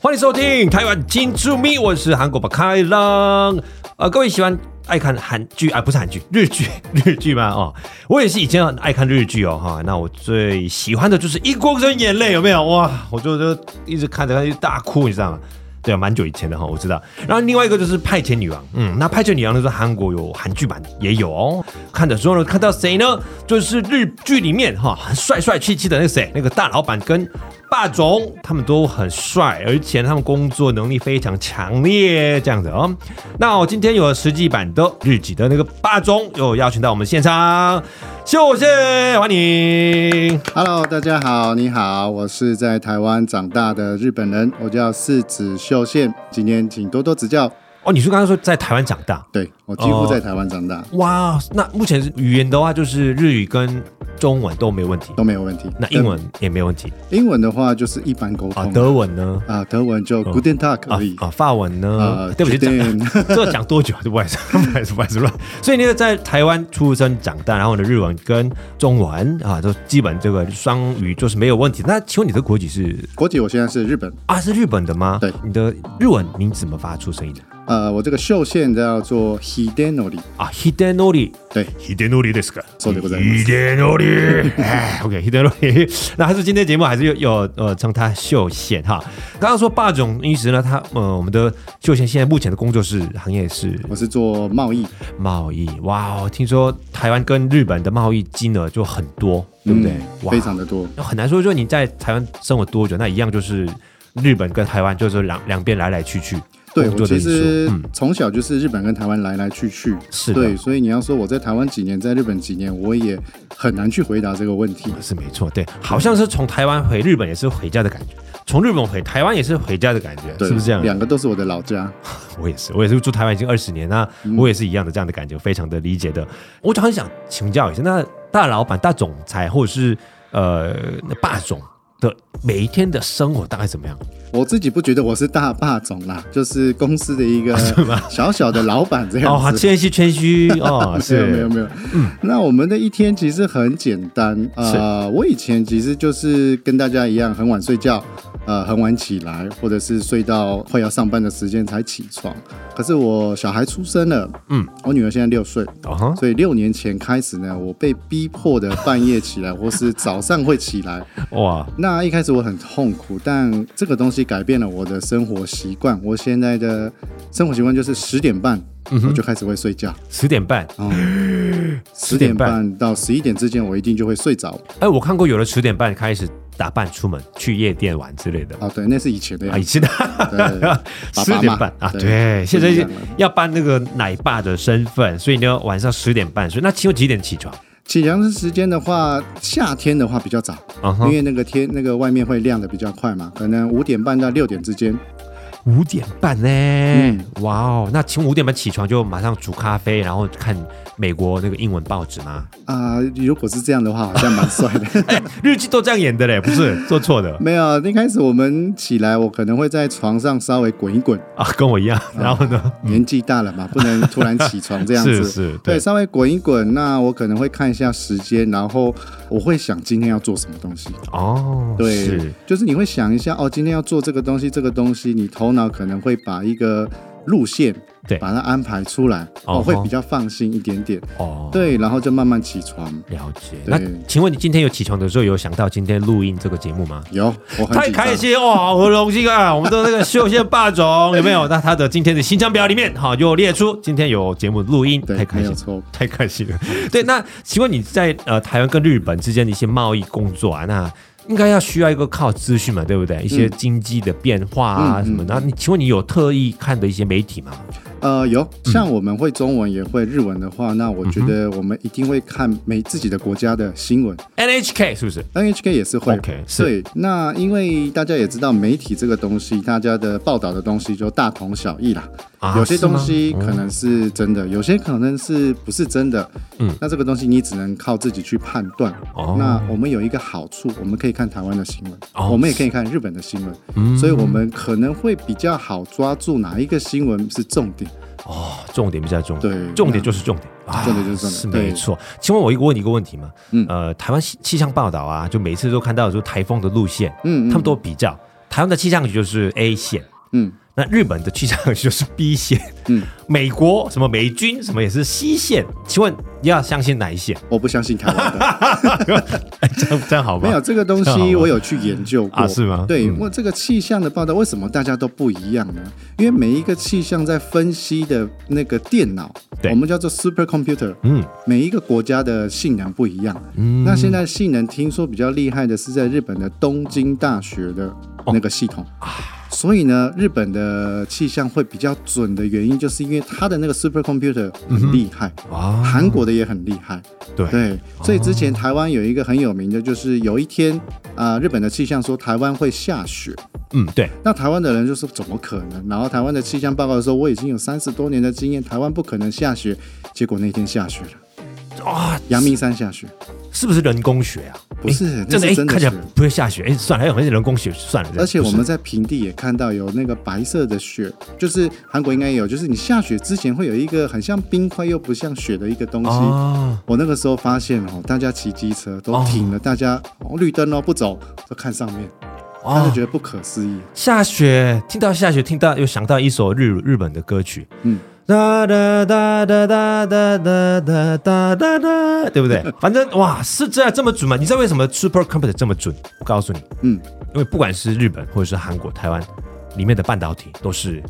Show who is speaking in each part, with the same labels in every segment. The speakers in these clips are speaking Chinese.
Speaker 1: 欢迎收听台湾金珠咪，我是韩国把开朗。呃，各位喜欢爱看韩剧啊，不是韩剧，日剧，日剧吗？哦，我也是以前很爱看日剧哦，哈。那我最喜欢的就是《一公升眼泪》，有没有？哇，我就就一直看着看，一直大哭，你知道吗？对啊，蛮久以前的哈，我知道。然后另外一个就是《派遣女王》，嗯，那《派遣女王》呢是韩国有韩剧版也有哦。看的时候呢，看到谁呢？就是日剧里面哈，帅帅气气的那个谁，那个大老板跟霸总，他们都很帅，而且他们工作能力非常强烈，这样子哦。那我今天有实际版的日记的那个霸总，又邀请到我们现场，谢谢，欢迎。
Speaker 2: Hello，大家好，你好，我是在台湾长大的日本人，我叫四子秀宪，今天请多多指教。
Speaker 1: 哦，你是刚刚说在台湾长大？
Speaker 2: 对我几乎在台湾长大、
Speaker 1: 哇，那目前语言的话，就是日语跟中文都没问题，
Speaker 2: 都没有问题。
Speaker 1: 那英文也没问题
Speaker 2: 但英文的话就是一般沟
Speaker 1: 啊。
Speaker 2: 通
Speaker 1: 德文呢？
Speaker 2: 啊德文就 Good and Talk
Speaker 1: 啊
Speaker 2: 可以
Speaker 1: 啊，法文呢？对不起，
Speaker 2: 决
Speaker 1: 讲
Speaker 2: 定
Speaker 1: 这讲多久啊？对不好意思，不好意思，不好意思，乱。所以你在台湾出生长大，然后呢，日文跟中文啊，都基本这个双语就是没有问题。那请问你的国籍是
Speaker 2: 国籍我现在是日本，
Speaker 1: 啊？是日本的吗？
Speaker 2: 对
Speaker 1: 你的日文名怎么发出声音的？
Speaker 2: 呃，我这个秀宪叫做 Hidenori，
Speaker 1: 啊，hidenori。
Speaker 2: 对，
Speaker 1: hidenori ですか。
Speaker 2: そうでございます
Speaker 1: hidenori。哎 OK，hidenori。那还 是今天节目还是有有呃称他秀贤哈。刚刚说霸总一直呢，他呃我们的秀贤现在目前的工作是行业是
Speaker 2: 我是做贸易，
Speaker 1: 贸易。哇哦，听说台湾跟日本的贸易金额就很多，对不对？
Speaker 2: 嗯
Speaker 1: 哇，
Speaker 2: 非常的多。
Speaker 1: 很难说说你在台湾生活多久，那一样就是日本跟台湾就是两两边来来去去。
Speaker 2: 对
Speaker 1: 工作
Speaker 2: 我
Speaker 1: 的
Speaker 2: 其
Speaker 1: 人数
Speaker 2: 实
Speaker 1: 嗯
Speaker 2: 从小就是日本跟台湾来来去去，
Speaker 1: 是的
Speaker 2: 对，所以你要说我在台湾几年，在日本几年，我也很难去回答这个问题。
Speaker 1: 是没错，对，好像是从台湾回日本也是回家的感觉，从日本回台湾也是回家的感觉，
Speaker 2: 对
Speaker 1: 是不是这样？
Speaker 2: 两个都是我的老家，
Speaker 1: 我也是，我也是住台湾已经二十年，那
Speaker 2: 嗯
Speaker 1: 我也是一样的这样的感觉，非常的理解的。我就很想请教一下，那大老板、大总裁或者是呃那霸总的每一天的生活大概怎么样？
Speaker 2: 我自己不觉得我是大霸总啦，就是公司的一 个小小的老板这
Speaker 1: 哦，
Speaker 2: 样
Speaker 1: 好
Speaker 2: 子。
Speaker 1: 谦虚谦虚哦，
Speaker 2: 没有没
Speaker 1: 是嗯
Speaker 2: 有没有，那我们的一天其实很简单呃，我以前其实就是跟大家一样，很晚睡觉，呃，很晚起来，或者是睡到快要上班的时间才起床。可是我小孩出生了，
Speaker 1: 嗯，
Speaker 2: 我女儿现在六岁，
Speaker 1: 哦哈，
Speaker 2: 所以六年前开始呢，我被逼迫的半夜起来，或是早上会起来，
Speaker 1: 哇，
Speaker 2: 那一开始我很痛苦，但这个东西改变了我的生活习惯。我现在的生活习惯就是十点半、
Speaker 1: 嗯
Speaker 2: 我就开始会睡觉，
Speaker 1: 十点半，
Speaker 2: 十
Speaker 1: 点
Speaker 2: 点
Speaker 1: 半
Speaker 2: 半到十一点之间我一定就会睡着。
Speaker 1: 哎，我看过有的十点半开始打扮出门去夜店玩之类的。
Speaker 2: 哦，对，那是以前的
Speaker 1: 啊，
Speaker 2: 样
Speaker 1: 以
Speaker 2: 子。
Speaker 1: 前的
Speaker 2: 爸
Speaker 1: 十点
Speaker 2: 嘛
Speaker 1: 半啊，
Speaker 2: 对
Speaker 1: 对，现在
Speaker 2: 不一
Speaker 1: 是
Speaker 2: 样了
Speaker 1: 要办那个奶爸的身份，所以呢晚上十点半睡。那请问几点起床？
Speaker 2: 起床的时间的话，夏天的话比较早，
Speaker 1: 啊哈
Speaker 2: 因，为那个天那个外面会亮的比较快嘛，可能五点半到六点之间。
Speaker 1: 五点半呢、
Speaker 2: 嗯
Speaker 1: 哇哦，那请问五点半起床就马上煮咖啡，然后看美国那个英文报纸吗？
Speaker 2: 啊、如果是这样的话，好像蛮帅的。
Speaker 1: 哎，日剧都这样演的嘞，不是做错的
Speaker 2: 没有，啊一开始我们起来，我可能会在床上稍微滚一滚，
Speaker 1: 啊，跟我一样。然后呢，
Speaker 2: 年纪大了嘛，不能突然起床这样子。
Speaker 1: 嗯 是是对
Speaker 2: 对，稍微滚一滚。那我可能会看一下时间，然后我会想今天要做什么东西。
Speaker 1: 哦，
Speaker 2: 对，
Speaker 1: 是
Speaker 2: 就是你会想一下哦，今天要做这个东西，这个东西，你头脑可能会把一个路线。
Speaker 1: 对
Speaker 2: 把它安排出来，
Speaker 1: 哦
Speaker 2: 哦，会比较放心一点点。
Speaker 1: 哦，
Speaker 2: 对，然后就慢慢起床。
Speaker 1: 了解。
Speaker 2: 对
Speaker 1: 那请问你今天有起床的时候有想到今天录音这个节目吗？
Speaker 2: 有，我很
Speaker 1: 太
Speaker 2: 紧张
Speaker 1: 开。心哇！好荣幸啊！ 我们的那个秀线霸总有没有？那他的今天的新疆表里面，好有列出今天有节目录音，
Speaker 2: 对
Speaker 1: 太开
Speaker 2: 没
Speaker 1: 心
Speaker 2: 有错，
Speaker 1: 太开心了。对，那请问你在呃台湾跟日本之间的一些贸易工作啊，那应该要需要一个靠资讯嘛，对不对？一些经济的变化啊
Speaker 2: 嗯
Speaker 1: 什么的。那你请问你有特意看的一些媒体吗？
Speaker 2: 呃，有，
Speaker 1: 嗯
Speaker 2: 像我们会中文也会日文的话，那我觉得我们一定会看每自己的国家的新闻。
Speaker 1: NHK 是不是？
Speaker 2: NHK 也是会
Speaker 1: OK，是
Speaker 2: 对。那因为大家也知道媒体这个东西，大家的报道的东西就大同小异啦。
Speaker 1: 啊
Speaker 2: 有些
Speaker 1: 是吗
Speaker 2: 东西可能是真的，有些可能是不是真的。
Speaker 1: 嗯，
Speaker 2: 那这个东西你只能靠自己去判断。
Speaker 1: 哦
Speaker 2: 那我们有一个好处，我们可以看台湾的新闻，
Speaker 1: 哦嗯
Speaker 2: 我们也可以看日本的新闻，所以我们可能会比较好抓住哪一个新闻是重点。
Speaker 1: 哦，重点比较重要，
Speaker 2: 对
Speaker 1: 重点就是重点，啊
Speaker 2: 嗯重点就是重点
Speaker 1: 是
Speaker 2: 对
Speaker 1: 没错。请问我一个问你一个问题吗？
Speaker 2: 嗯
Speaker 1: 呃，台湾气气象报道啊，就每次都看到说台风的路线，
Speaker 2: 嗯嗯
Speaker 1: 他们都比较。台湾的气象局就是 A 线，
Speaker 2: 嗯，
Speaker 1: 那日本的气象局就是 B 线，
Speaker 2: 嗯，
Speaker 1: 美国什么美军什么也是 C 线。请问你要相信哪一线？
Speaker 2: 我不相信台湾的，
Speaker 1: 哎这样这样好吗？
Speaker 2: 没有这个东
Speaker 1: 这样好
Speaker 2: 西，
Speaker 1: 吗
Speaker 2: 我有去研究过，
Speaker 1: 啊是吗
Speaker 2: 对，
Speaker 1: 嗯
Speaker 2: 我这个气象的报道为什么大家都不一样呢？因为每一个气象在分析的那个电脑，
Speaker 1: 对
Speaker 2: 我们叫做 supercomputer，
Speaker 1: 嗯，
Speaker 2: 每一个国家的性能不一样。啊
Speaker 1: 嗯
Speaker 2: 那现在性能听说比较厉害的是在日本的东京大学的
Speaker 1: 哦
Speaker 2: 那个系统。
Speaker 1: 啊
Speaker 2: 所以呢，日本的气象会比较准的原因，就是因为它的那个 supercomputer
Speaker 1: 嗯
Speaker 2: 很厉害，
Speaker 1: 啊，
Speaker 2: 韩国的也很厉害。
Speaker 1: 对
Speaker 2: 对，所以之前台湾有一个很有名的，就是有一天啊、呃日本的气象说台湾会下雪，
Speaker 1: 嗯，对，
Speaker 2: 那台湾的人就说怎么可能？然后台湾的气象报告说我已经有三十多年的经验，台湾不可能下雪。结果那天下雪了，
Speaker 1: 啊，
Speaker 2: 阳明山下雪，
Speaker 1: 是不是人工雪啊？
Speaker 2: 不是
Speaker 1: 哎
Speaker 2: 那
Speaker 1: 真
Speaker 2: 是
Speaker 1: 的，哎，
Speaker 2: 真的
Speaker 1: 看起来
Speaker 2: 雪
Speaker 1: 不会下雪，哎，算了，还有人工雪算了。这样
Speaker 2: 而且我
Speaker 1: 不
Speaker 2: 们
Speaker 1: 是
Speaker 2: 在平地也看到有那个白色的雪，就是韩国应该也有，就是你下雪之前会有一个很像冰块又不像雪的一个东西。
Speaker 1: 啊，
Speaker 2: 我那个时候发现哦，大家骑机车都停了，大家、哦、绿灯哦不走，都看上面，他
Speaker 1: 啊
Speaker 2: 就觉得不可思议。
Speaker 1: 下雪，听到下雪，听到又想到一首日日本的歌曲，
Speaker 2: 嗯，
Speaker 1: 哒哒哒哒哒哒哒哒哒哒哒，对不 对？反正哇，是这样这么准吗？你知道为什么 Super Computer 这么准？我告诉你，
Speaker 2: 嗯，
Speaker 1: 因为不管是日本或者是韩国、台湾里面的半导体都是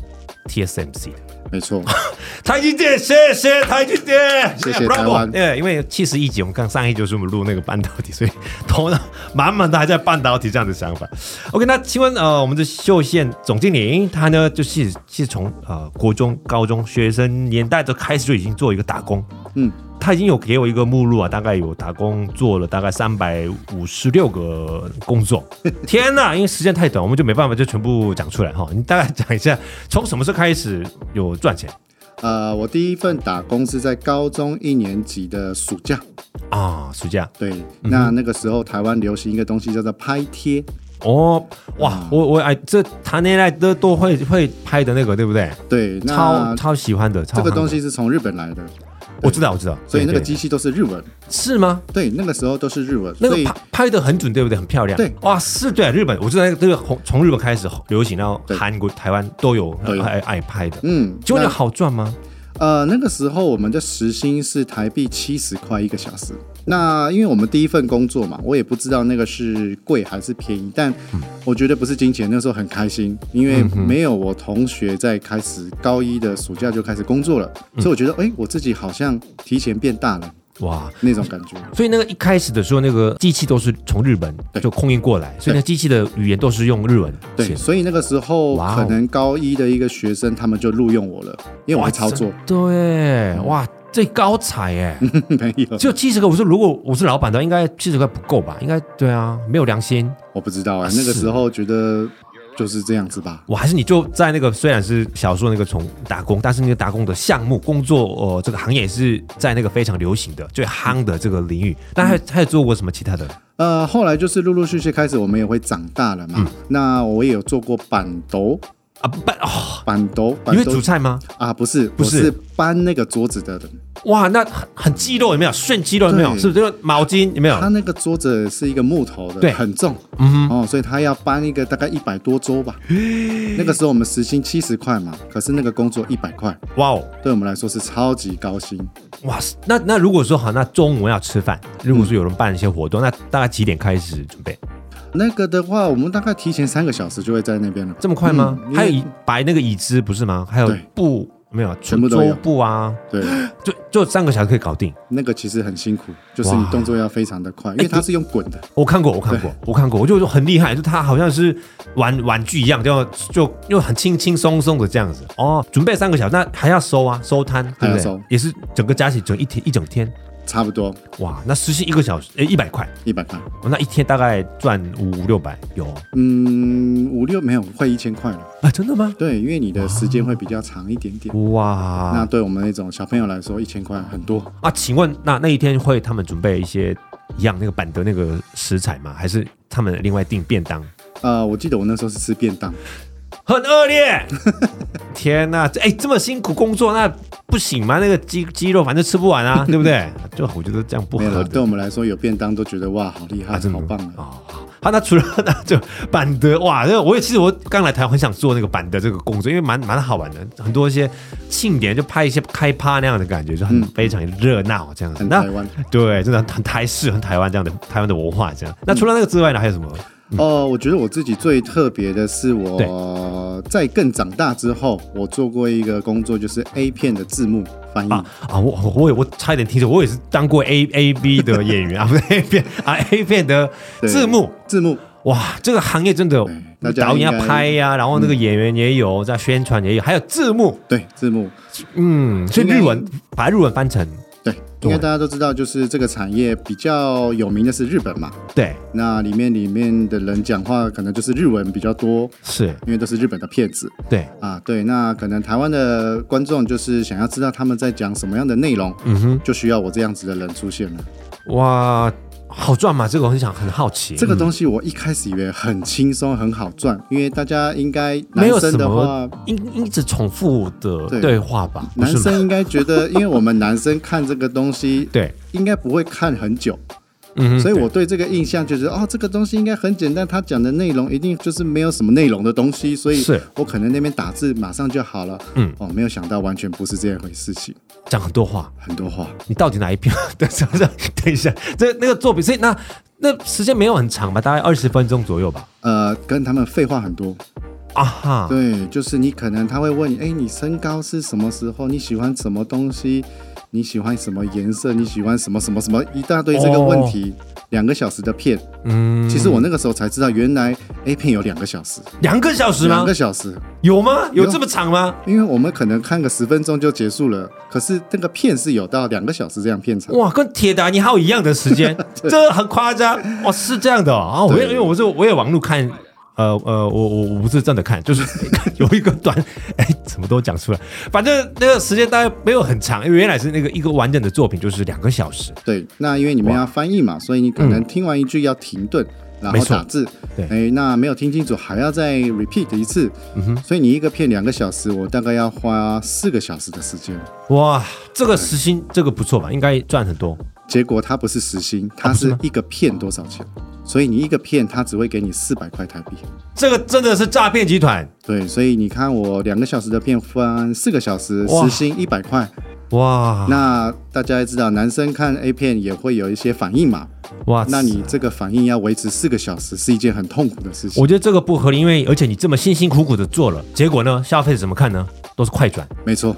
Speaker 1: TSMC 的。
Speaker 2: 没错，
Speaker 1: 台积电，谢谢台积电，
Speaker 2: 谢谢
Speaker 1: Bravo
Speaker 2: 台湾
Speaker 1: 对，因为七十一集，我们刚上一集就是我们录那个半导体，所以头脑满满的还在半导体这样的想法。OK，那请问呃，我们的秀宪总经理他呢，就是是从呃国中、高中学生年代就开始就已经做一个打工，
Speaker 2: 嗯，
Speaker 1: 他已经有给我一个目录啊，大概有打工做了大概三百五十六个工作。天呐，因为时间太短，我们就没办法就全部讲出来哈。你大概讲一下，从什么时候开始有赚钱
Speaker 2: 呃，我第一份打工是在高中一年级的暑假，
Speaker 1: 啊？暑假
Speaker 2: 对，那那个时候台湾流行一个东西叫做拍贴，
Speaker 1: 哦，哇
Speaker 2: 啊，
Speaker 1: 我我哎，这谈恋爱都都会会拍的那个，对不对？
Speaker 2: 对，
Speaker 1: 超
Speaker 2: 那
Speaker 1: 超喜欢的，超
Speaker 2: 这个
Speaker 1: 夯的
Speaker 2: 东西是从日本来的，
Speaker 1: 我知道，我知道。
Speaker 2: 所以那个
Speaker 1: 对
Speaker 2: 机器都是日文，
Speaker 1: 对是吗？
Speaker 2: 对，那个时候都是日文，
Speaker 1: 那
Speaker 2: 所
Speaker 1: 个
Speaker 2: 以
Speaker 1: 拍拍的很准，对不对？很漂亮。
Speaker 2: 对
Speaker 1: 哇，是对啊日本，我知道那个这个从从日本开始流行，然后
Speaker 2: 对
Speaker 1: 韩国、台湾都有
Speaker 2: 都有
Speaker 1: 爱爱拍的。
Speaker 2: 嗯，
Speaker 1: 就那
Speaker 2: 那
Speaker 1: 好赚吗？
Speaker 2: 呃，那个时候我们的时薪是台币七十块一个小时。那因为我们第一份工作嘛，我也不知道那个是贵还是便宜，但我觉得不是金钱。那时候很开心，因为没有我同学在开始高一的暑假就开始工作了，所以我觉得，哎、我自己好像提前变大了
Speaker 1: 哇！
Speaker 2: 那种感觉。
Speaker 1: 所以那个一开始的时候，那个机器都是从日本
Speaker 2: 对
Speaker 1: 就空运过来，所以那机器的语言都是用日文写
Speaker 2: 对，
Speaker 1: 的。
Speaker 2: 所以那个时候
Speaker 1: 哇哦
Speaker 2: 可能高一的一个学生，他们就录用我了，因为我会操作，
Speaker 1: 对，哇，最高彩哎！
Speaker 2: 没有，
Speaker 1: 只有七十个，我说如果我是老板的话，应该七十个不够吧？应该对啊，没有良心。
Speaker 2: 我不知道啊。那
Speaker 1: 是
Speaker 2: 个时候觉得就是这样子吧。
Speaker 1: 我还是你就在那个虽然是小说那个从打工，但是那个打工的项目工作，呃，这个行业也是在那个非常流行的最夯的这个领域。那还还有做过什么其他的？
Speaker 2: 呃，后来就是陆陆续续开始，我们也会长大了嘛。
Speaker 1: 嗯
Speaker 2: 那我也有做过板斗，
Speaker 1: 啊，搬哦，
Speaker 2: 板斗，
Speaker 1: 你
Speaker 2: 板
Speaker 1: 会
Speaker 2: 斗
Speaker 1: 煮菜吗？
Speaker 2: 啊，不是，不
Speaker 1: 是嗯
Speaker 2: 是搬那个桌子的人，
Speaker 1: 哇，那很很肌肉有没有？炫肌肉有没有？
Speaker 2: 对嗯
Speaker 1: 是不是就是毛巾有没有
Speaker 2: 他？那个桌子是一个木头的，
Speaker 1: 对
Speaker 2: 很重，嗯，哦，所以他要搬一个大概一百多桌吧。那个时候我们时薪七十块嘛，可是那个工作一百块，
Speaker 1: 哇哦，
Speaker 2: 对我们来说是超级高薪。
Speaker 1: 哇，那那如果说好，那中午要吃饭，如果说有人办一些活动，那大概几点开始准备？
Speaker 2: 那个的话，我们大概提前三个小时就会在那边了。
Speaker 1: 这么快吗？
Speaker 2: 嗯因为
Speaker 1: 还有椅摆那个椅子不是吗？还有
Speaker 2: 对
Speaker 1: 布没有？
Speaker 2: 全部都有
Speaker 1: 桌布啊，
Speaker 2: 对，
Speaker 1: 就就三个小时可以搞定。
Speaker 2: 那个其实很辛苦，就是你
Speaker 1: 哇哎
Speaker 2: 动作要非常的快，因为它是用滚的。
Speaker 1: 我看过，我看过，我看过，我就说很厉害，就他好像是玩玩具一样，就就又很轻轻松松的这样子哦。准备三个小时，那还要收啊，收摊，对不
Speaker 2: 还要
Speaker 1: 对
Speaker 2: 收？
Speaker 1: 也是整个加起来整一天一整天，
Speaker 2: 差不多
Speaker 1: 哇，那实习一个小时，诶，一百块，
Speaker 2: 一百块。
Speaker 1: 哦那一天大概赚五六百有哦
Speaker 2: 嗯，五六没有，快一千块了。
Speaker 1: 啊？真的吗？
Speaker 2: 对，因为你的时间会比较长一点点。那
Speaker 1: 哇
Speaker 2: 对我们那种小朋友来说，一千块很多。
Speaker 1: 啊！请问那那一天会他们准备一些一样那个板的那个食材吗？还是他们另外订便当？
Speaker 2: 呃，我记得我那时候是吃便当，
Speaker 1: 很恶劣。 天呐、这哎、这么辛苦工作，那不行吗？那个鸡鸡肉反正吃不完啊，对不对？就我觉得这样不
Speaker 2: 没有
Speaker 1: 合
Speaker 2: 啦。
Speaker 1: 理
Speaker 2: 对我们来说，有便当都觉得哇，好厉害，
Speaker 1: 啊，真的
Speaker 2: 好棒啊！
Speaker 1: 哦好啊，那除了那就板的哇，那我也其实我刚来台湾很想做那个板的这个工作，因为蛮蛮好玩的，很多一些庆典就拍一些开趴那样的感觉，就很、非常热闹这样子。
Speaker 2: 嗯很
Speaker 1: 那
Speaker 2: 台湾
Speaker 1: 对，真的很很台式、很台湾这样的台湾的文化这样。那除了那个之外呢，还有什么？
Speaker 2: 哦，我觉得我自己最特别的是我在更长大之后，我做过一个工作，就是 A 片的字幕翻译。
Speaker 1: 啊啊！我我我也我差一点听错，我也是当过 A A B 的演员 啊，不是 A 片啊 A 片的
Speaker 2: 对
Speaker 1: 字幕。
Speaker 2: 字幕
Speaker 1: 哇，这个行业真的
Speaker 2: 大，家
Speaker 1: 导演
Speaker 2: 应
Speaker 1: 要
Speaker 2: 该嗯
Speaker 1: 拍呀、然后那个演员也有、在宣传，也有，还有字幕，
Speaker 2: 对字幕
Speaker 1: 嗯，所以
Speaker 2: 应该
Speaker 1: 日文把日文翻成
Speaker 2: 对，
Speaker 1: 对
Speaker 2: 因为大家都知道，就是这个产业比较有名的是日本嘛，
Speaker 1: 对
Speaker 2: 那里面里面的人讲话可能就是日文比较多，
Speaker 1: 是，
Speaker 2: 因为都是日本的骗子
Speaker 1: 对，
Speaker 2: 啊。对，那可能台湾的观众就是想要知道他们在讲什么样的内容，
Speaker 1: 嗯哼，
Speaker 2: 就需要我这样子的人出现了。
Speaker 1: 哇，好赚嘛？这个我很想很好奇，
Speaker 2: 这个
Speaker 1: 嗯
Speaker 2: 东西我一开始以为很轻松很好赚，因为大家应该
Speaker 1: 没
Speaker 2: 男
Speaker 1: 有什
Speaker 2: 生的话
Speaker 1: 么，一一直重复的
Speaker 2: 对
Speaker 1: 对话吧？不
Speaker 2: 男
Speaker 1: 是吗
Speaker 2: 生应该觉得，因为我们男生看这个东西，
Speaker 1: 对，
Speaker 2: 应该不会看很久，
Speaker 1: 嗯哼，
Speaker 2: 所以我对这个印象就是，哦，这个东西应该很简单，他讲的内容一定就是没有什么内容的东西，所以
Speaker 1: 是
Speaker 2: 我可能那边打字马上就好了。
Speaker 1: 嗯，
Speaker 2: 哦，没有想到完全不是这样一回事情，
Speaker 1: 讲很多话，
Speaker 2: 很多话。
Speaker 1: 你到底哪一篇？ 等一下，等一下，这那个作品，所以那那时间没有很长吧？大概二十分钟左右吧？
Speaker 2: 呃，跟他们废话很多，
Speaker 1: 啊哈，
Speaker 2: 对，就是你可能他会问你，哎，你身高是什么时候？你喜欢什么东西？你喜欢什么颜色？你喜欢什么什么什么？一大堆这个问题，两个小时的片。
Speaker 1: 哦嗯，
Speaker 2: 其实我那个时候才知道，原来 A 片有两个小时，
Speaker 1: 两个小时吗
Speaker 2: 两个？小时，
Speaker 1: 有吗？有
Speaker 2: 有
Speaker 1: 这么长吗？
Speaker 2: 因为我们可能看个十分钟就结束了，可是那个片是有到两个小时这样片长。
Speaker 1: 哇，跟铁达尼号一样的时 间，这很夸张哇！是这样的哦啊、我也因为
Speaker 2: 对
Speaker 1: 我是我也网路看，呃呃，我我我不是真的看，就是 有一个短，哎，怎么都讲出来，反正那个时间大概没有很长，因为原来是那个一个完整的作品就是两个小时，
Speaker 2: 对，那因为你们要翻译嘛，所以你可能听完一句要停顿，然
Speaker 1: 没
Speaker 2: 后
Speaker 1: 错
Speaker 2: 打字。
Speaker 1: 对
Speaker 2: 哎，那没有听清楚还要再 repeat 一次。所以你一个片两个小时，我大概要花四个小时的时间。
Speaker 1: 哇，这个时薪这个不错吧？应该赚很多。
Speaker 2: 结果它不是时薪，它
Speaker 1: 不是
Speaker 2: 是
Speaker 1: 吗
Speaker 2: 一个片多少钱？所以你一个片，它只会给你四百块台币。
Speaker 1: 这个真的是诈骗集团
Speaker 2: 对，所以你看我两个小时的片翻四个小时，
Speaker 1: 哇
Speaker 2: 时薪一百块。
Speaker 1: 哇！
Speaker 2: 那大家也知道，男生看 A 片也会有一些反应嘛。
Speaker 1: 哇，
Speaker 2: 那你这个反应要维持四个小时，是一件很痛苦的事情。
Speaker 1: 我觉得这个不合理，因为而且你这么辛辛苦苦的做了，结果呢，消费者怎么看呢？都是快转，
Speaker 2: 没错，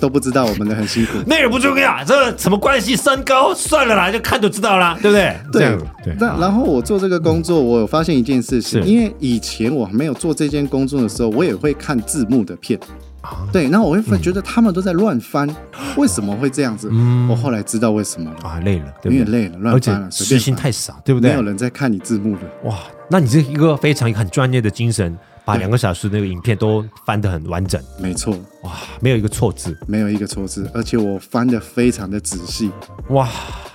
Speaker 2: 都不知道我们的很辛苦。
Speaker 1: 那也不重要，这什么关系？身高算了啦，就看就知道啦，对不对？ 这样子对，啊嗯
Speaker 2: 那然后我做这个工作，我有发现一件事情，
Speaker 1: 是
Speaker 2: 因为以前我没有做这件工作的时候，我也会看字幕的片，
Speaker 1: 啊
Speaker 2: 对，然后我
Speaker 1: 嗯
Speaker 2: 会觉得他们都在乱翻，为什么会这样子？我后来知道为什么了，
Speaker 1: 嗯啊，累了，对
Speaker 2: 因为
Speaker 1: 不对？
Speaker 2: 累了，
Speaker 1: 而
Speaker 2: 乱
Speaker 1: 且
Speaker 2: 翻了，随
Speaker 1: 时
Speaker 2: 便
Speaker 1: 薪
Speaker 2: 翻
Speaker 1: 太少，对不
Speaker 2: 没
Speaker 1: 对
Speaker 2: 有？人在看你字幕了。
Speaker 1: 哇，那你是一个非常很专业的精神，把两个小时那个影片都翻得很完整，
Speaker 2: 没错，
Speaker 1: 哇，没有一个错字，
Speaker 2: 没有一个错字，而且我翻的非常的仔细，
Speaker 1: 哇，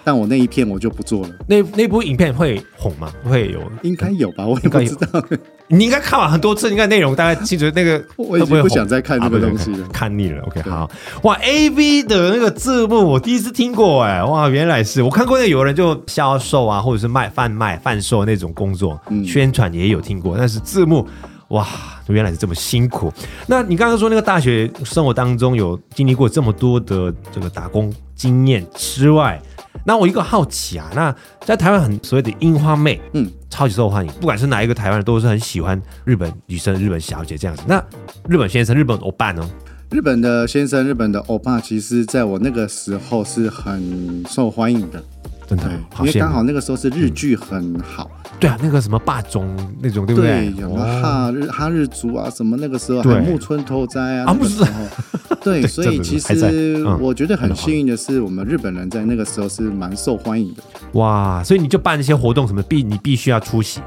Speaker 2: 但我那一片我就不做了，
Speaker 1: 那那部影片会红吗？会有？
Speaker 2: 应该有吧？我也
Speaker 1: 该
Speaker 2: 不
Speaker 1: 有
Speaker 2: 知道。。
Speaker 1: 你应该看完很多次，应该内容大概清楚那个
Speaker 2: 我已经
Speaker 1: 会会
Speaker 2: 不
Speaker 1: 红
Speaker 2: 想再看
Speaker 1: 啊
Speaker 2: 那个
Speaker 1: 不是
Speaker 2: 东西了
Speaker 1: 看看腻了。OK，好，哇，A V 的那个字幕我第一次听过，哎，哇，原来是我看过那有人就销售啊，或者是卖贩卖贩售那种工作，
Speaker 2: 嗯
Speaker 1: 宣传也有听过，但是字幕。哇，原来是这么辛苦。那你刚刚说那个大学生活当中有经历过这么多的这个打工经验之外，那我一个好奇啊，那在台湾很所谓的樱花妹，
Speaker 2: 嗯，
Speaker 1: 超级受欢迎，不管是哪一个台湾人，都是很喜欢日本女生、日本小姐这样子。那日本先生、日本欧巴呢？
Speaker 2: 日本的先生，日本的欧巴，其实在我那个时候是很受欢迎的，
Speaker 1: 真的
Speaker 2: 对，
Speaker 1: 好
Speaker 2: 因为
Speaker 1: 羡
Speaker 2: 刚好
Speaker 1: 慕。
Speaker 2: 那个时候是日剧很好，
Speaker 1: 对啊，那个什么霸总那种，对不
Speaker 2: 对，有个
Speaker 1: 哦
Speaker 2: 哈日哈日族啊什么，那个时候
Speaker 1: 对
Speaker 2: 还木村拓哉
Speaker 1: 啊
Speaker 2: 啊，那个
Speaker 1: 不是
Speaker 2: 时候，对，
Speaker 1: 对
Speaker 2: 所
Speaker 1: 真
Speaker 2: 以
Speaker 1: 的
Speaker 2: 其
Speaker 1: 还在
Speaker 2: 实
Speaker 1: 嗯
Speaker 2: 我觉得很幸运的是，我们日本人在那个时候是蛮受欢迎的，
Speaker 1: 哇，所以你就办一些活动什么，必你必须要出席。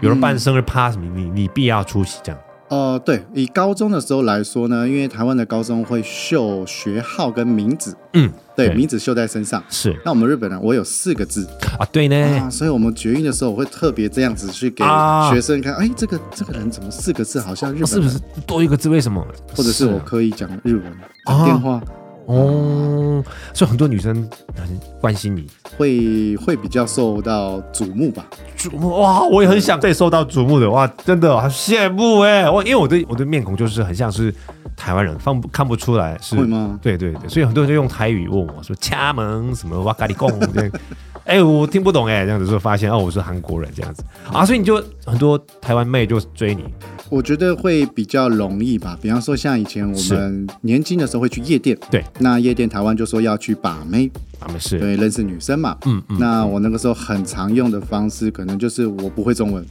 Speaker 1: 有人办生日趴什么，你你必要出席这样。
Speaker 2: 呃，对，以高中的时候来说呢，因为台湾的高中会绣学号跟名字，
Speaker 1: 嗯，
Speaker 2: 对，
Speaker 1: 对
Speaker 2: 名字绣在身上。
Speaker 1: 是
Speaker 2: 那我们日本人，我有四个字
Speaker 1: 啊，对呢
Speaker 2: 啊，，所以我们决运的时候，我会特别这样子去给
Speaker 1: 啊哦
Speaker 2: 学生看，哎，这个这个人怎么四个字好像日本
Speaker 1: 是不
Speaker 2: 人，
Speaker 1: 是多一个字？为什么？啊
Speaker 2: 啊或者是我刻意讲日文，讲电话，
Speaker 1: 哦，所以很多女生很关心你，
Speaker 2: 会会比较受到瞩目吧。
Speaker 1: 瞩目哇！我也很想被受到瞩目的哇，真的好羡慕哎、我因为我的我的面孔就是很像是台湾人，放不看不出来是
Speaker 2: 会吗
Speaker 1: 对对对，所以很多人就用台语问我说“掐门”什么“哇咖喱贡”这样， 哎、我听不懂哎、这样子就发现哦，我是韩国人这样子啊，所以你就很多台湾妹就追你
Speaker 2: 我觉得会比较容易吧。比方说，像以前我们年轻的时候会去夜店，
Speaker 1: 对，
Speaker 2: 那夜店台湾就说要去把妹，
Speaker 1: 他们是
Speaker 2: 对，认识女生嘛。
Speaker 1: 嗯嗯
Speaker 2: 那我那个时候很常用的方式，可能就是我不会中文，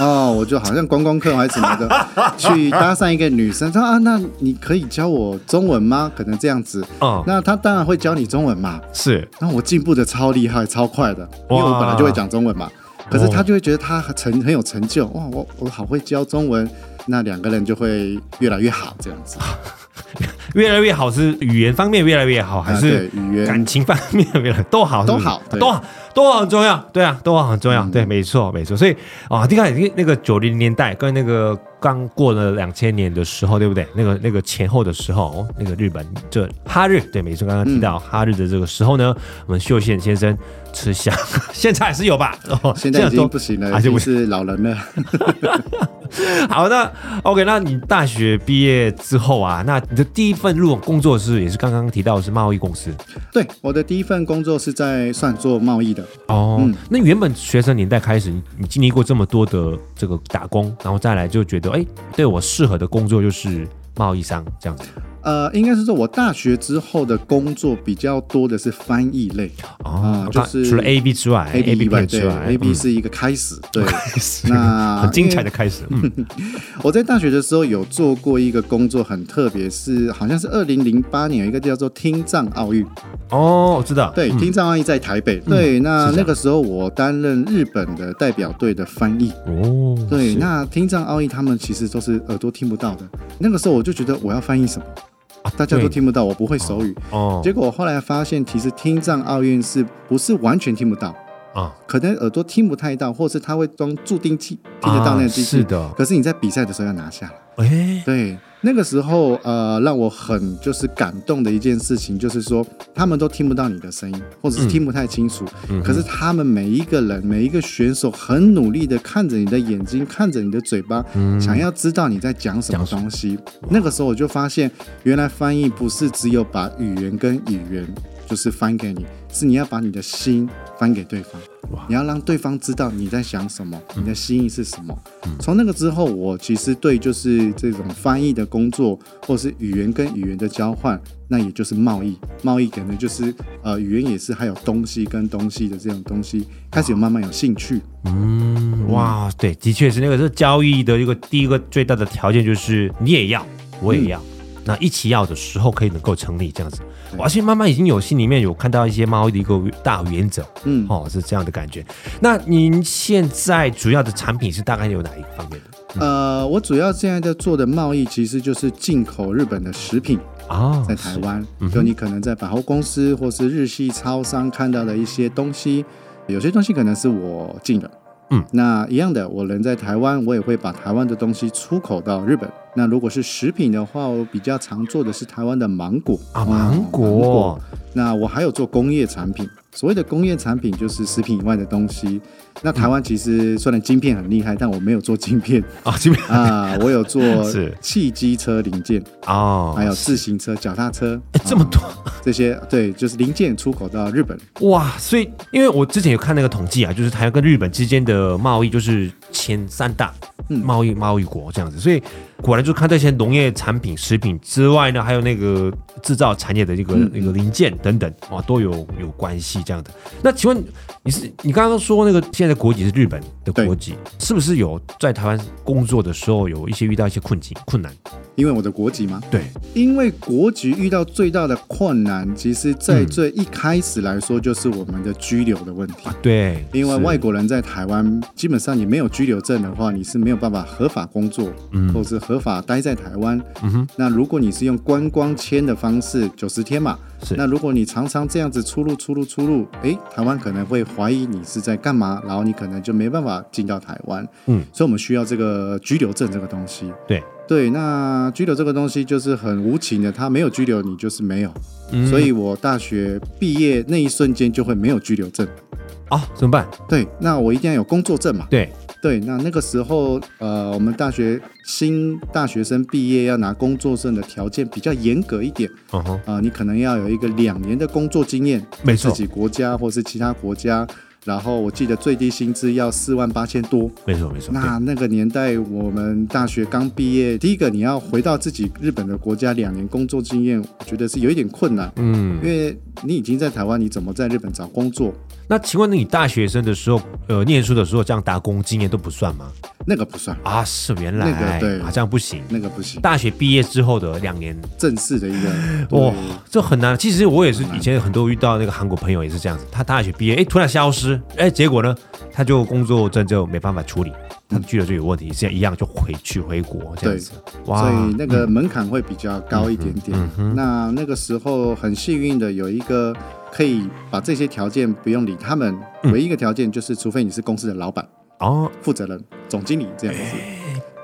Speaker 2: 哦，我就好像观光客还是什么的，去搭讪一个女生，说啊，那你可以教我中文吗？可能这样子，
Speaker 1: 嗯
Speaker 2: 那她当然会教你中文嘛。
Speaker 1: 是
Speaker 2: 然后我进步的超厉害、超快的，因为我本来就会讲中文嘛。可是他就会觉得他很成很有成就，哇，我我好会教中文，那两个人就会越来越好这样子。
Speaker 1: 越来越好，是语言方面越来越好，还是
Speaker 2: 啊对语言
Speaker 1: 感情方面越来越都好，
Speaker 2: 都
Speaker 1: 是不是
Speaker 2: 好对嗯
Speaker 1: 都好，都好很重要，对啊，都好很重要，对，没错，没错。所以啊，你看那个九零年代跟那个刚过了两千年的时候，对不对？那个那个前后的时候，哦那个日本这哈日，对，没错，刚刚提
Speaker 2: 嗯
Speaker 1: 到哈日的这个时候呢，我们秀宪先生吃香， 现在还是有吧？哦，
Speaker 2: 现在已
Speaker 1: 都
Speaker 2: 经不行了，
Speaker 1: 啊
Speaker 2: 已
Speaker 1: 就不
Speaker 2: 经
Speaker 1: 行
Speaker 2: 是老人了。
Speaker 1: 好，那 OK，那你大学毕业之后啊，那你的第一份入工作是也是刚刚提到的是贸易公司
Speaker 2: 对，我的第一份工作是在算做贸易的，
Speaker 1: 哦。
Speaker 2: 嗯
Speaker 1: 那原本学生年代开始，你你经历过这么多的这个打工，然后再来就觉得，哎、对我适合的工作就是贸易商这样子
Speaker 2: 呃，应该是说我大学之后的工作比较多的是翻译类
Speaker 1: 哦
Speaker 2: 啊。
Speaker 1: 那
Speaker 2: 就是
Speaker 1: 除了 A B 之外
Speaker 2: B 以外，
Speaker 1: 片之
Speaker 2: 对
Speaker 1: 外
Speaker 2: ，A B
Speaker 1: 嗯
Speaker 2: 是一啊个开 始，对。那
Speaker 1: 很精彩的开始，嗯，
Speaker 2: 我在大学的时候有做过一个工作，很特别，是好像是二零零八年有一个叫做听障奥运，
Speaker 1: 哦，我知道，
Speaker 2: 对，
Speaker 1: 嗯
Speaker 2: 听障奥运在台北，对，
Speaker 1: 是这
Speaker 2: 那
Speaker 1: 样
Speaker 2: 那个时候我担任日本的代表队的翻译。
Speaker 1: 哦，
Speaker 2: 对，
Speaker 1: 是
Speaker 2: 那听障奥运他们其实都是耳朵听不到的。那个时候我就觉得我要翻译什么，大家都
Speaker 1: 啊对
Speaker 2: 听不到，我不会手语。
Speaker 1: 哦
Speaker 2: 结果我后来发现，其实听障奥运是不是完全听不到？
Speaker 1: 啊，
Speaker 2: 可能耳朵听不太到，或是他会装助听器，听得到那个机器。
Speaker 1: 啊是的
Speaker 2: 可是你在比赛的时候要拿下来。
Speaker 1: 哎、
Speaker 2: 对，那个时候呃，让我很就是感动的一件事情，就是说他们都听不到你的声音，或
Speaker 1: 嗯
Speaker 2: 者是听不太清楚，可是他们每一个人、每一个选手很努力的看着你的眼睛，看着你的嘴巴，
Speaker 1: 嗯
Speaker 2: 想要知道你在讲什么东西。那个时候我就发现，原来翻译不是只有把语言跟语言。就是翻给你，是你要把你的心翻给对方
Speaker 1: 哇，
Speaker 2: 你要让对方知道你在想什么，你的心意是什么。从那个之后，我其实对就是这种翻译的工作，或是语言跟语言的交换，那也就是贸易。贸易可能就是呃，语言也是还有东西跟东西的这种东西，开始有慢慢有兴趣。
Speaker 1: 嗯，哇，对，的确是那个是交易的一个第一个最大的条件就是你也要，我也要，
Speaker 2: 嗯
Speaker 1: 那一起要的时候可以能够成立这样子。我现在慢慢已经有心里面有看到一些猫的一个大原则，
Speaker 2: 嗯
Speaker 1: 哦，是这样的感觉。那您现在主要的产品是大概有哪一方面的
Speaker 2: 呃，我主要现在在做的贸易其实就是进口日本的食品，
Speaker 1: 啊？
Speaker 2: 在台湾，就你可能在百货公司或是日系超商看到的一些东西，有些东西可能是我进的。
Speaker 1: 嗯，
Speaker 2: 那一样的，我人在台湾，我也会把台湾的东西出口到日本。那如果是食品的话，我比较常做的是台湾的芒果
Speaker 1: 啊
Speaker 2: 哦
Speaker 1: 芒果
Speaker 2: 那我还有做工业产品，所谓的工业产品就是食品以外的东西。那台湾其实虽然晶片很厉害，但我没有做晶片
Speaker 1: 啊，这边
Speaker 2: 啊，我有做
Speaker 1: 是
Speaker 2: 汽机车零件，
Speaker 1: 哦，
Speaker 2: 啊还有自行车、脚踏车，
Speaker 1: 哎这么多
Speaker 2: 啊这些对，就是零件出口到日本。
Speaker 1: 哇，所以因为我之前有看那个统计啊，就是台湾跟日本之间的贸易就是前三大
Speaker 2: 嗯
Speaker 1: 贸易贸易国这样子，所以果然就看这些农业产品、食品之外呢，还有那个制造产业的这个
Speaker 2: 嗯
Speaker 1: 那个零件等等哇，都有有关系这样的。那请问你是你刚刚说那个现在的国籍是日本的国籍，是不是有在台湾工作的时候有一些遇到一些困境困难？
Speaker 2: 因为我的国籍吗？
Speaker 1: 对，
Speaker 2: 因为国籍遇到最大的困难，其实在
Speaker 1: 嗯
Speaker 2: 最一开始来说，就是我们的居留的问题。
Speaker 1: 对，
Speaker 2: 因为
Speaker 1: 是
Speaker 2: 外国人在台湾，基本上你没有居留证的话，你是没有办法合法工作，
Speaker 1: 嗯
Speaker 2: 或是合法待在台湾。
Speaker 1: 嗯哼，
Speaker 2: 那如果你是用观光签的方式，九十天嘛，
Speaker 1: 是
Speaker 2: 那如果你常常这样子出入出入出入，诶，台湾可能会怀疑你是在干嘛，然后你可能就没办法进到台湾。
Speaker 1: 嗯，
Speaker 2: 所以我们需要这个居留证这个东西。
Speaker 1: 对，
Speaker 2: 对，那拘留这个东西就是很无情的，他没有拘留你就是没有，
Speaker 1: 嗯
Speaker 2: 所以我大学毕业那一瞬间就会没有拘留证。
Speaker 1: 啊，怎么办？
Speaker 2: 对，那我一定要有工作证嘛。
Speaker 1: 对，
Speaker 2: 对，那那个时候，呃，我们大学新大学生毕业要拿工作证的条件比较严格一点
Speaker 1: 嗯哼，
Speaker 2: 啊、呃你可能要有一个两年的工作经验，
Speaker 1: 没错
Speaker 2: 自己国家或是其他国家。然后我记得最低薪资要四万八千多，
Speaker 1: 没错没错。
Speaker 2: 那那个年代，我们大学刚毕业，第一个你要回到自己日本的国家两年工作经验，我觉得是有一点困难，
Speaker 1: 嗯
Speaker 2: 因，为你已经在台湾，你怎么在日本找工作？
Speaker 1: 那请问你大学生的时候，呃，念书的时候这样打工经验都不算吗？
Speaker 2: 那个不算，
Speaker 1: 啊，是原来
Speaker 2: 那个对
Speaker 1: 啊，这样不行。
Speaker 2: 那个不行，
Speaker 1: 大学毕业之后的两年，
Speaker 2: 正式的一个
Speaker 1: 哇、
Speaker 2: 对
Speaker 1: 这很难。其实我也是以前很多遇到那个韩国朋友也是这样子，他大学毕业，哎，突然消失，哎，结果呢，他就工作证就没办法处理，他的居留就有问题，现在一样就回去回国这样子。哇，嗯
Speaker 2: 所以那个门槛会比较高一点点。那那个时候很幸运的有一个可以把这些条件不用理他们，
Speaker 1: 嗯
Speaker 2: 唯一一个条件就是，除非你是公司的老板、
Speaker 1: 哦，
Speaker 2: 负责人、总经理这样子。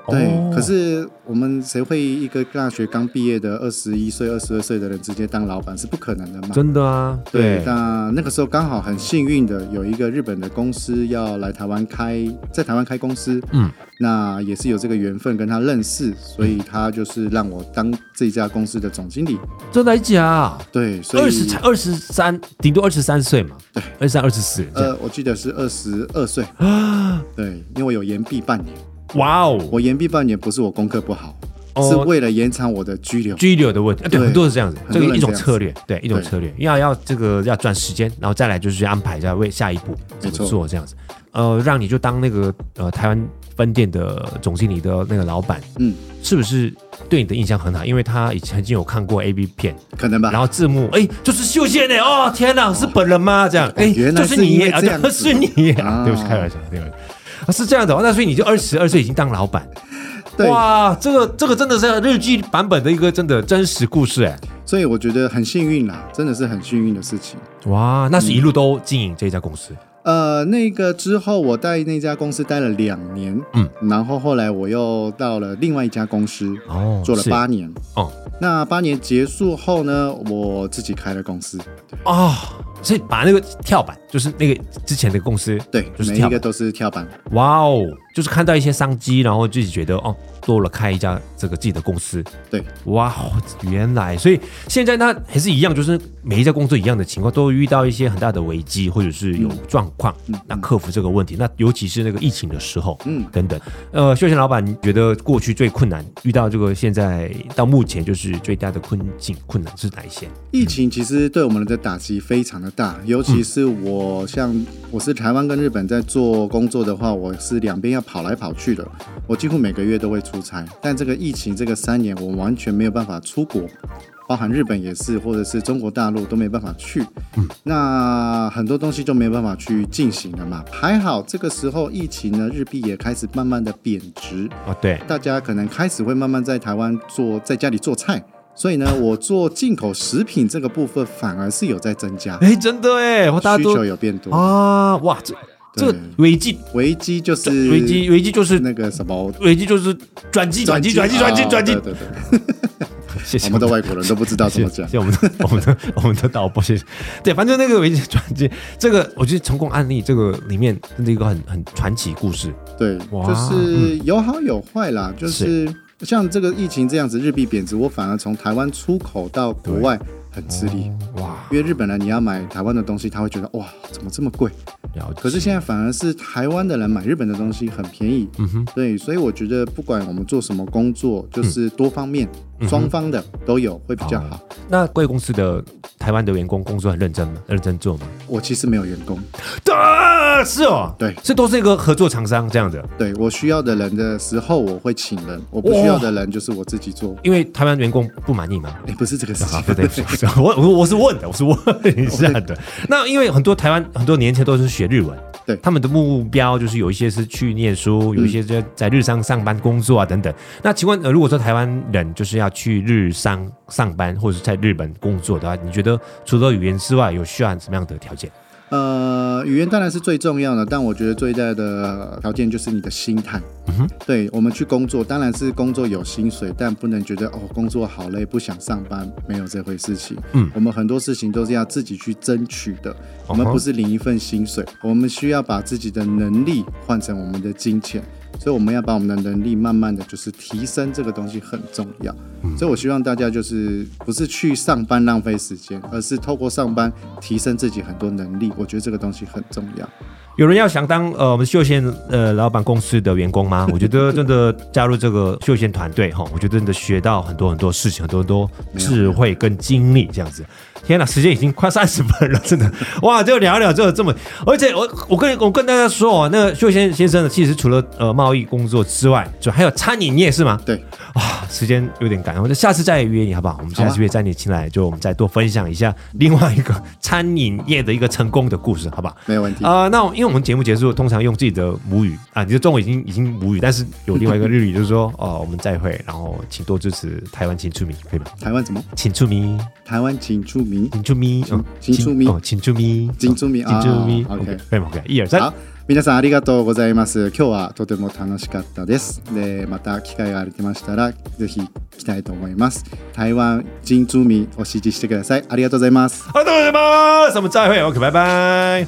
Speaker 2: 对，
Speaker 1: 哎哦
Speaker 2: 可是我们谁会一个大学刚毕业的二十一岁、二十二岁的人直接当老板是不可能的嘛？
Speaker 1: 真的啊，
Speaker 2: 对，那那个时候刚好很幸运的有一个日本的公司要来台湾开，在台湾开公司，
Speaker 1: 嗯，
Speaker 2: 那也是有这个缘分跟他认识，所以他就是让我当这家公司的总经理。
Speaker 1: 真的假？
Speaker 2: 对，所以
Speaker 1: 二十才二十三，顶多二十三岁嘛，
Speaker 2: 对，
Speaker 1: 二十三二十四这样。
Speaker 2: 呃，我记得是二十二岁，
Speaker 1: 啊
Speaker 2: 对，因为我有延毕半年，
Speaker 1: 哇哦，
Speaker 2: 我延毕半年不是我功课不好，
Speaker 1: 哦
Speaker 2: 是为了延呃长我的居留。
Speaker 1: 拘留的问题，啊对，
Speaker 2: 对
Speaker 1: 很多是这样子，
Speaker 2: 很
Speaker 1: 这个
Speaker 2: 多人
Speaker 1: 一种
Speaker 2: 这样子
Speaker 1: 策略，对，一种
Speaker 2: 对
Speaker 1: 策略，要要这个要转时间，然后再来就是去安排一下为下一步怎
Speaker 2: 没
Speaker 1: 么
Speaker 2: 错
Speaker 1: 做这样子，呃，让你就当那个呃台湾分店的总经理的那个老板，
Speaker 2: 嗯，
Speaker 1: 是不是对你的印象很好？因为他以前曾经有看过 A B 片，
Speaker 2: 可能吧
Speaker 1: 然。后字幕，哎，就是秀贤呢，哦，天哪，是本人吗？这样，哎，
Speaker 2: 原来
Speaker 1: 就是是你
Speaker 2: 因为
Speaker 1: 耶，啊
Speaker 2: 这样
Speaker 1: 对
Speaker 2: 子
Speaker 1: 是你耶，啊
Speaker 2: 啊
Speaker 1: 对不起，开玩笑，对不起。啊，是这样的哦，那所以你就二十二岁已经当老板，
Speaker 2: 对
Speaker 1: 哇，这个这个真的是日剧版本的一个真的真实故事哎，
Speaker 2: 所以我觉得很幸运啦，真的是很幸运的事情。
Speaker 1: 哇，那是一路都经营这家公司，
Speaker 2: 呃，那个之后我在那家公司待了两年，
Speaker 1: 嗯，
Speaker 2: 然后后来我又到了另外一家公司，
Speaker 1: 哦
Speaker 2: 做了
Speaker 1: 是
Speaker 2: 八年。
Speaker 1: 哦
Speaker 2: 那八年结束后呢，我自己开了公司，
Speaker 1: 哦，所以把那个跳板，就是那个之前的公司，
Speaker 2: 对，
Speaker 1: 就是
Speaker 2: 每
Speaker 1: 跳板
Speaker 2: 一个都是跳板，
Speaker 1: 哇哦，就是看到一些商机，然后自己觉得哦，多了开一家这个自己的公司，
Speaker 2: 对，
Speaker 1: 哇哦，原来，所以现在那还是一样，就是每一家公司一样的情况，都会遇到一些很大的危机或者是有状况，那克服这个问题，那尤其是那个疫情的时候，嗯
Speaker 2: 嗯，
Speaker 1: 等等。呃，秀贤老板，你觉得过去最困难遇到这个现在到目前就是最大的困境困难是哪一些？
Speaker 2: 疫情其实对我们的打击非常的大，尤其是我像我是台湾跟日本在做工作的话，我是两边要跑来跑去的，我几乎每个月都会出差。但这个疫情这个三年，我完全没有办法出国，包含日本也是，或者是中国大陆都没办法去。那很多东西就没有办法去进行了嘛。还好这个时候疫情呢，日币也开始慢慢的贬值，
Speaker 1: 啊，对，
Speaker 2: 大家可能开始会慢慢在台湾做，在家里做菜，所以呢，我做进口食品这个部分反而是有在增加，
Speaker 1: 哎，真的哎，哇大家
Speaker 2: 需求
Speaker 1: 都
Speaker 2: 有变多。
Speaker 1: 啊，哇，这这个
Speaker 2: 对
Speaker 1: 危机，
Speaker 2: 危机就是
Speaker 1: 危机，危机就是
Speaker 2: 那个什么
Speaker 1: 危机就是转机，转机，转机，转机，
Speaker 2: 啊
Speaker 1: 转机
Speaker 2: 对。对对，
Speaker 1: 谢谢
Speaker 2: 我们的外国人都不知道怎么讲
Speaker 1: 谢。谢我们的我们的我们的导播，谢谢。对，反正那个危机转机，这个我觉得成功案例这个里面真的一个很很传奇故事。
Speaker 2: 对，
Speaker 1: 哇嗯
Speaker 2: 就是有好有坏啦，就是像这个疫情这样子，日币贬值，我反而从台湾出口到国外很吃力。
Speaker 1: 哇，
Speaker 2: 因为日本人你要买台湾的东西，他会觉得哇怎么这么贵？
Speaker 1: 了解。
Speaker 2: 可是现在反而是台湾的人买日本的东西很便宜。
Speaker 1: 嗯哼，
Speaker 2: 对，所以我觉得不管我们做什么工作，就是多方面、
Speaker 1: 嗯
Speaker 2: 双方的都有会比较好。
Speaker 1: 那贵公司的台湾的员工工作很认真吗？认真做吗？
Speaker 2: 我其实没有员工，
Speaker 1: 啊，是哦，
Speaker 2: 对
Speaker 1: 这都是一个合作厂商这样的。
Speaker 2: 对我需要的人的时候我会请人，我不需要的人就是我自己做。
Speaker 1: 因为台湾员工不满意嘛，
Speaker 2: 哎，不是这个事 情
Speaker 1: 啊，，对对，我我我是问的，我是问一下的。那因为很多台湾很多年前都是学日文，
Speaker 2: 对
Speaker 1: 他们的目标就是有一些是去念书，有一些就在日商上班工作啊等等。那请问，呃，如果说台湾人就是要去日商上班或者是在日本工作的话，你觉得除了语言之外，有需要什么样的条件？
Speaker 2: 呃，语言当然是最重要的，但我觉得最大的条件就是你的心态。
Speaker 1: 嗯哼，
Speaker 2: 对我们去工作，当然是工作有薪水，但不能觉得哦，工作好累，不想上班，没有这回事情。
Speaker 1: 嗯
Speaker 2: 我们很多事情都是要自己去争取的，我们
Speaker 1: 嗯哼
Speaker 2: 不是领一份薪水，我们需要把自己的能力换成我们的金钱，所以我们要把我们的能力慢慢的就是提升，这个东西很重要。
Speaker 1: 嗯
Speaker 2: 所以我希望大家就是不是去上班浪费时间，而是透过上班提升自己很多能力，我觉得这个东西很重要。
Speaker 1: 有人要想当呃我们秀贤呃老板公司的员工吗？ 我觉得真的加入这个秀贤团队哈，我觉得真的学到很多很多事情，很多很多智慧跟经历这样子。天哪，时间已经快三十分了，真的 哇！就聊一聊这这么，而且我我跟我跟大家说哦，那个秀贤先生呢，其实除了呃贸易工作之外，就还有餐饮业是吗？
Speaker 2: 对，
Speaker 1: 啊，时间有点赶，我就下次再约你好不好？我们
Speaker 2: 好啊
Speaker 1: 下次约再你进来，就我们再多分享一下另外一个餐饮业的一个成功的故事，好不好？
Speaker 2: 没有问题。
Speaker 1: 啊、那我因为我们节目结束，通常用自己的母语啊，你的中文已经已经母语，但是有另外一个日语，就是说， 哦，我们再会，然后请多支持台湾请出名，可以吗？
Speaker 2: 台湾怎么？
Speaker 1: 请出名，
Speaker 2: 台湾请出名，
Speaker 1: 请出名，嗯
Speaker 2: 请出名
Speaker 1: 哦，请出名，哦
Speaker 2: 请出名
Speaker 1: 请出名
Speaker 2: 啊
Speaker 1: ，OK，
Speaker 2: OK
Speaker 1: 可以吗？OK，一二三
Speaker 2: 好。皆さんありがとうございます。今日はとても楽しかったです。で、また機会がありましたら、ぜひ来たいと思います。台湾人住民を支持してください。ありがとうございます。
Speaker 1: 好的，同学们，我们再会，OK，拜拜。